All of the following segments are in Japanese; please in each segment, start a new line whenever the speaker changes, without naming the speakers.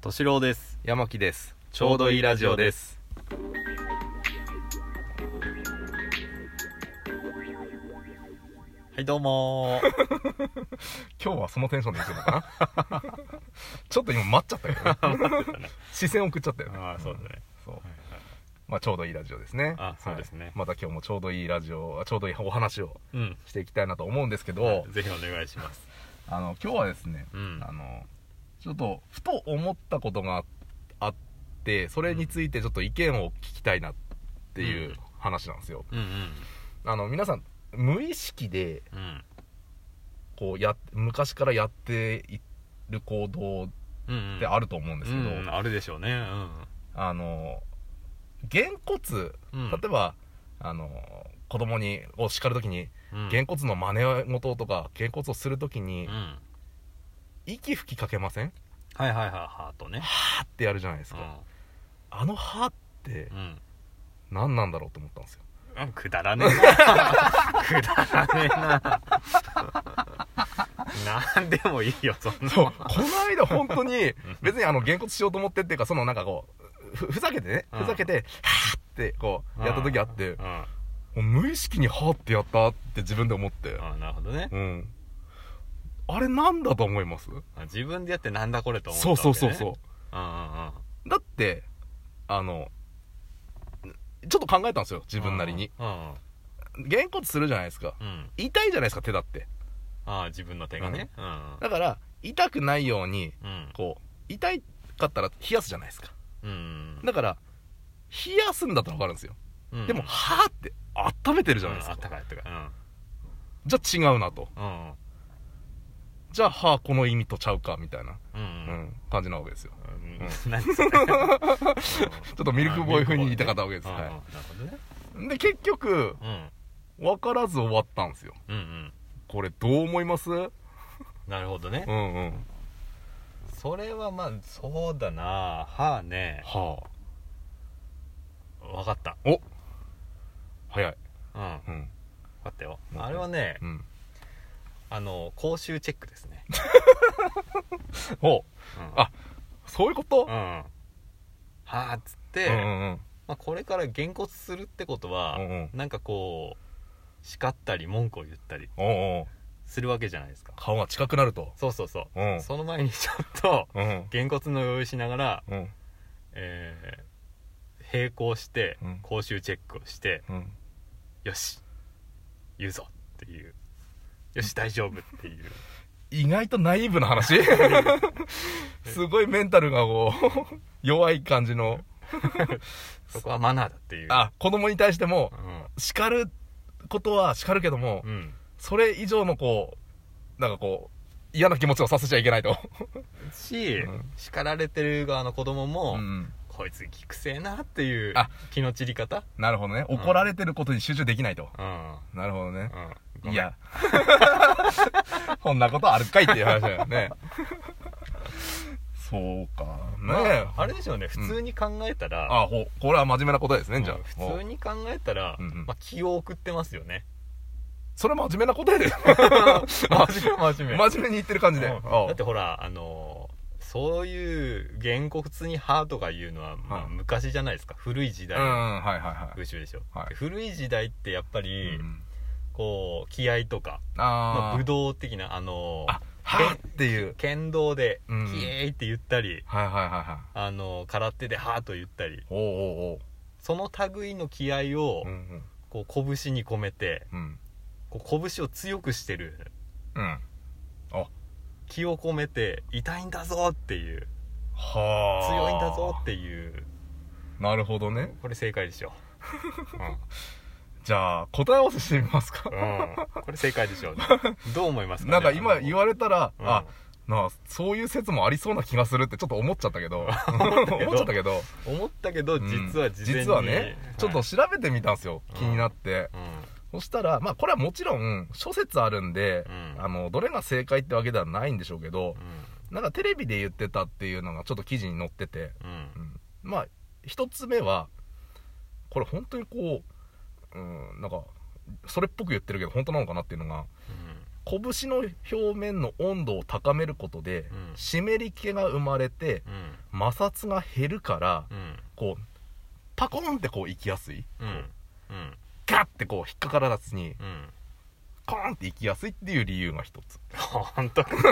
敏郎です
山木です
ちょうどいいラジオですはいどう もー
今日はそのテンションでいくのかな ちょっと今待っちゃったよ、ね、視線送っちゃったよね
ああそうだね
そうまあちょうどいいラジオですね
あそうですね
はいまた今日もちょうどいいラジオあちょうどいいお話を
うん
していきたいなと思うんですけど、
はいぜひお願いします
あの今日はですね、
うん
あのちょっとふと思ったことがあってそれについてちょっと意見を聞きたいなっていううん話なんですよ、
うん
あの皆さん無意識で
うんうん
こうやっ昔からやっている行動
うん
ってあると思うんですけど、
うん、あるでしょうね
あのげんこつ
うん
例えば、あの子供にを叱るときに
うん
げんこつの真似事とかげんこつをするとき
う
に
ん
息吹きかけません
はいはいはいハートね
はーってやるじゃないですか、あの歯って
うんうん
何なんだろうと思ったんですよ
あくだらね えなくだらねえ ななんでもいいよそんな
そうこの間本当に別にあのげんこつしようと思ってっていうかそのなんかこうふふざけてね
うん
ふざけてはーってこうやった時あって
うんあ
もう無意識にはーってやったって自分で思って
あなるほどね
うんあれなんだと思います
あ自分でやってなんだこれと思った
そう
わけ、
そ
ね、
うそうそう
うんうんうん
だってあのちょっと考えたんですよ自分なりに
うんうん
げんこつするじゃないですか
うんうん
痛いじゃないですか手だって
ああ自分の手がねうん
だから痛くないように
うん
こう痛かったら冷やすじゃないですか
うん
だから冷やすんだったら分かるんですよ
うん
でもはーって温めてるじゃないです
うんあっ
か
たかいあったかい
じゃあ違うなと
うんうん
じゃあはーこの意味とちゃうかみたいな、
う
うん
うん
ん、感じなわけですよ
うん
う
何それちょ
ちょっとミルクボーイ風に言いたかったわけです
なる
は
ほどね
いで結局
うん
分からず終わったんですよ
うんうん
これどう思いますうん
なるほどね
うん
それはまあそうだなはあね
はあ
わかった
お早い
うんわ
うん
かったよ
うん
あれはね
うん
あの口臭チェックですね
お
うん
あそういうこと
うんはあっつっ
う
て
んうん
まあ、これからげんこつするってこと
う
は、
んうん
なんかこう叱ったり文句を言ったり
おうおう
するわけじゃないですか
顔が近くなると
そうそうそう、
うん
その前にちょっと
うん
げんこつの用意しながら、
うん
えー並行して
うん
講習チェックをして、
うん
よし言うぞっていうよし大丈夫っていう
意外とナイーブな話 すごいメンタルがこう弱い感じの
そこはマナーだっていう
あ子供に対しても
うん
叱ることは叱るけども、
うん
それ以上のこうなんかこう嫌な気持ちをさせちゃいけないと、
し、
うん
叱られてる側の子供も、
うん
こいつきくせえなっていう
あ
気の散り方
なるほどね
うん
怒られてることに集中できないと、
うん
なるほどね
うん
いや こんなことあるかいっていう話だよ ねそうか
まあ
ねえ
あれでしょうね普通に考えたら、
あほこれは真面目な答えですね、じゃあ
うん普通に考えたら、
うんうん
まあ、気を送ってますよ ね
それ真面目 な答えです
真面目真面目
真面目に言ってる感じで、
うん
ああ
だってほらあのーそういう原告に「は」とか言うのは、ま
は
あ、
い
昔じゃないですか古い時
う
代
ん
の
うんはいはいはい
風習でしょ、
はい
で古い時代ってやっぱり、
うん
こう気合とか、ま
あ
あ、
ー
武道的なあのー
あはっっていう
剣道で「
うん
キエーイ!」って言ったり、
はいはいはいはい
あのー空手で「は」と言ったり
おうおう
その類の気合を
おううん
こう拳に込めて
うんうん
こう拳を強くしてる
うん
気を込めて痛いんだぞっていう
は
強
あ
いんだぞっていう
なるほどね
これ正解でしょ、
じゃあ答え合わせしてみますか
うん、これ正解でしょどう思いますか、ね、
なんか今言われたら、
うん
あなあそういう説もありそうな気がするってちょっと思っちゃったけど
思ったけど
思っちゃったけど
思ったけど
うん
実は事前に、
実はねちょっと
はい
調べてみたんですよ気になってそしたらまあこれはもちろん諸説あるんで
うん
あのどれが正解ってわけではないんでしょうけど
う
なんかテレビで言ってたっていうのがちょっと記事に載ってて
んうん
うんまあ一つ目はこれ本当にこう、うん、なんかそれっぽく言ってるけど本当なのかなっていうのが拳の表面の温度を高めることで、
うん
湿り気が生まれて
うんうん
摩擦が減るから
うん
こうパコンってこう行きやすい
うんうん
ガッてこう引っかからずに
うん
コーンって行きやすいっていう理由が一つ
本当かい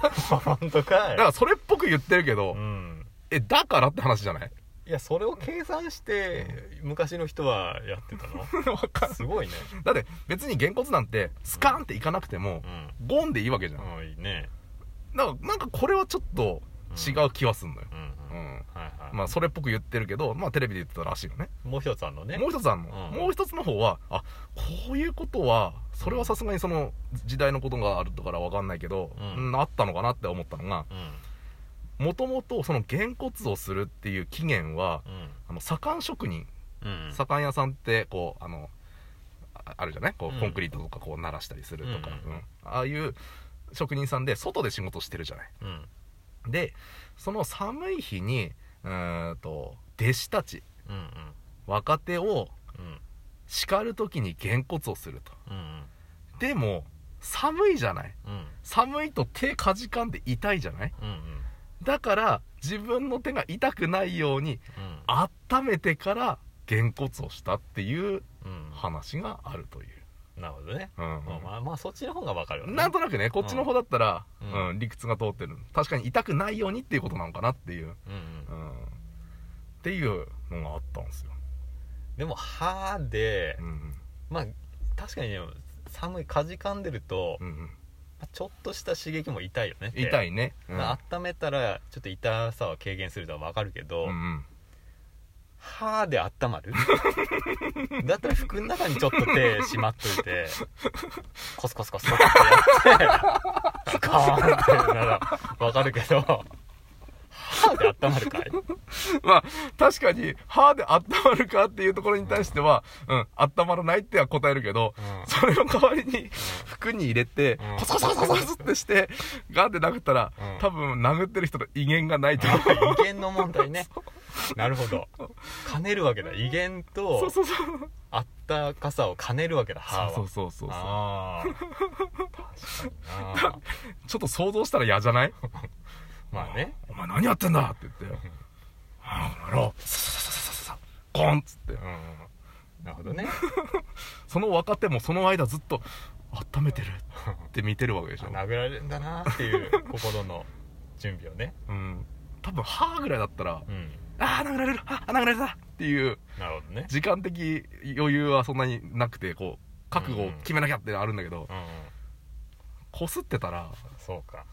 本当か
だ
い
からそれっぽく言ってるけど、
うん
えだからって話じゃない
いやそれを計算して昔の人はやってたの
わかんない
すごいね
だって別にげんこつなんてスカーンって行かなくても
うん
ゴンでいいわけじゃん
ああいいね
なんかなんかこれはちょっと違う気はすんのよ、
うん
う
うんんはいはい
まあそれっぽく言ってるけどまあテレビで言ってたらしいよね
もう一つあんのね
もう一つあんの、
うん
もう一つの方はあこういうことはそれはさすがにその時代のことがあるからわかんないけど、
うん
うんあったのかなって思ったのが
うん
もともとそのげんこつをするっていう起源は
うん
あの左官職人
うん
左官屋さんってこうあのああるじゃないこ
う
うんコンクリートとかこう鳴らしたりするとか、
うん
うんああいう職人さんで外で仕事してるじゃない
うん
でその寒い日にうーんと弟子たち
うんうん
若手を
うん
叱る時にげんこつをすると
うん
でも寒いじゃない
うん
寒いと手かじかんで痛いじゃない
うんうん
だから自分の手が痛くないように
うん
温めてからげんこつをしたっていう
うん
話があるという、
なるほどね
うん
まあまあまあそっちの方がわかるよね
なんとなくねこっちの方だったら、う
うんん
理屈が通ってる確かに痛くないようにっていうことなのかなっていう、
うんう
うんん、っていうのがあったんですよ、
でも歯で
うん
まあ確かにね寒いかじかんでると
うんうん、
まあちょっとした刺激も痛いよね
痛
い
いね、うん
まあ温めたらちょっと痛さは軽減するのはわかるけど、
うんうん
歯で温ま るだったら服の中にちょっと手しまっといてコスコスコスコスってやってカーンってならわかるけど歯で温まるかい
まあ、確かに、歯で温まるかっていうところに対しては、うん、温まらないっては答えるけど、
う
それの代わりに、服に入れて
う、ん
コツコツコツコツコツってして、ガンって殴ったら
うん、
多分殴ってる人の威厳がないと思う。
ん威厳の問題ねなるほど兼ねるわけだ威厳
そ
と
うそうそう。
あったかさを兼ねるわけだ歯は
そうそうそうそう。
あー確かにな
ちょっと想像したら嫌じゃない
まあね
お前何やってんだって言って。あお前ら、ささささささ、ゴンっつって
う。んなるほどね
その若手もその間ずっと、温めてるって見てるわけでしょ。
殴られるんだ なっていう心の準備を ね
うん。多分歯ぐらいだったら、
うん
ああ殴られるああ殴られたっていう
なるほどね
時間的余裕はそんなになくてこう覚悟を決めなきゃってあるんだけど
うんうん
こすってたら
そうか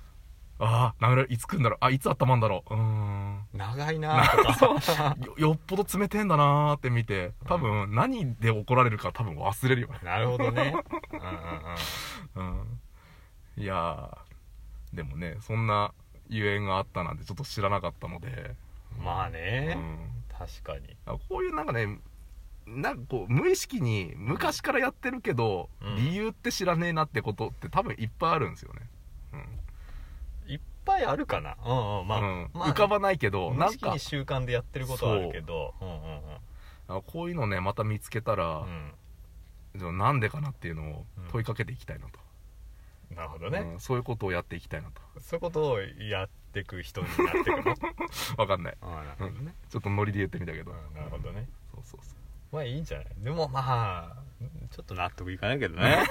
ああ殴られるいつ来るんだろうあいつ頭んだろううーん
長いなとか
よよっぽど冷てえんだなーって見て多分何で怒られるか多分忘れるよね、
なるほどねうんうんうん
うん、いやーでもねそんなゆえんがあったなんてちょっと知らなかったので、
まあ
う
ね、
ん、
確かに
あこういうなんかねなんかこう無意識に昔からやってるけど、
うん
理由って知らねえなってことって多分いっぱいあるんですよね、
いっぱいあるかなうんうんまあ、
うん
まあ
浮かばないけど
無
なん
意識
か
に習慣でやってることはあるけどうんうん
あこういうのねまた見つけたら
うん、
でもなんでかなっていうのを問いかけていきたいなと、
うん、なるほどね、
うんそういうことをやっていきたいなと
そういうことをやってく人にな ってくの
わかんない
ああなるほどね、
ちょっとノリで言ってみたけど、
うん、なるほどね
そうそうそ
まあいいんじゃないでもまあちょっと納得いかないけどね、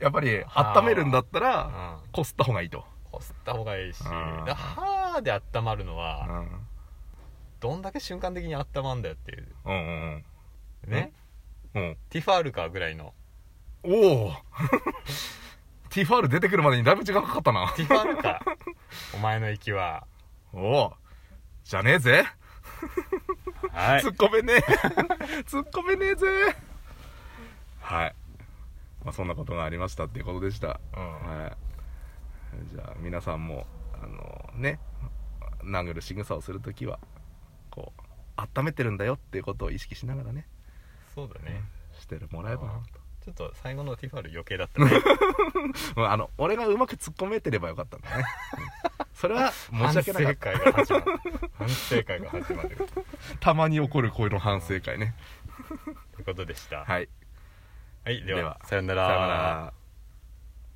う やっぱり
はあ
温めるんだった
う
ら
ん、
こすった方がいいと、
こすった方がいいし
うん
歯で温まるの
う
は
ん、
どんだけ瞬間的に温まんだよっていう
うんうん
ね、
うんうん
ティファールかぐらいの
お おティファール出てくるまでにだいぶ時間かかったな
ティファールかお前の息は
おおじゃねえぜ、
はい
突っ込めねえ 突っ込めねえぜはい、まあ、そんなことがありましたっていうことでした、
うん
はい、じゃあ皆さんもあのね殴る仕草をするときはこう温めてるんだよっていうことを意識しながらね
そうだね
してるもらえばなと
ちょっと最後のティファール余計だったね
うんあの俺がうまく突っ込めてればよかったんだねうんそれは申し訳なかっ
反省会が始まる反省会が始まるとい
たたまに起こるこういうの反省会ね
うことでしたは
はい
い、では
では
さよな
さよ
ら
うなら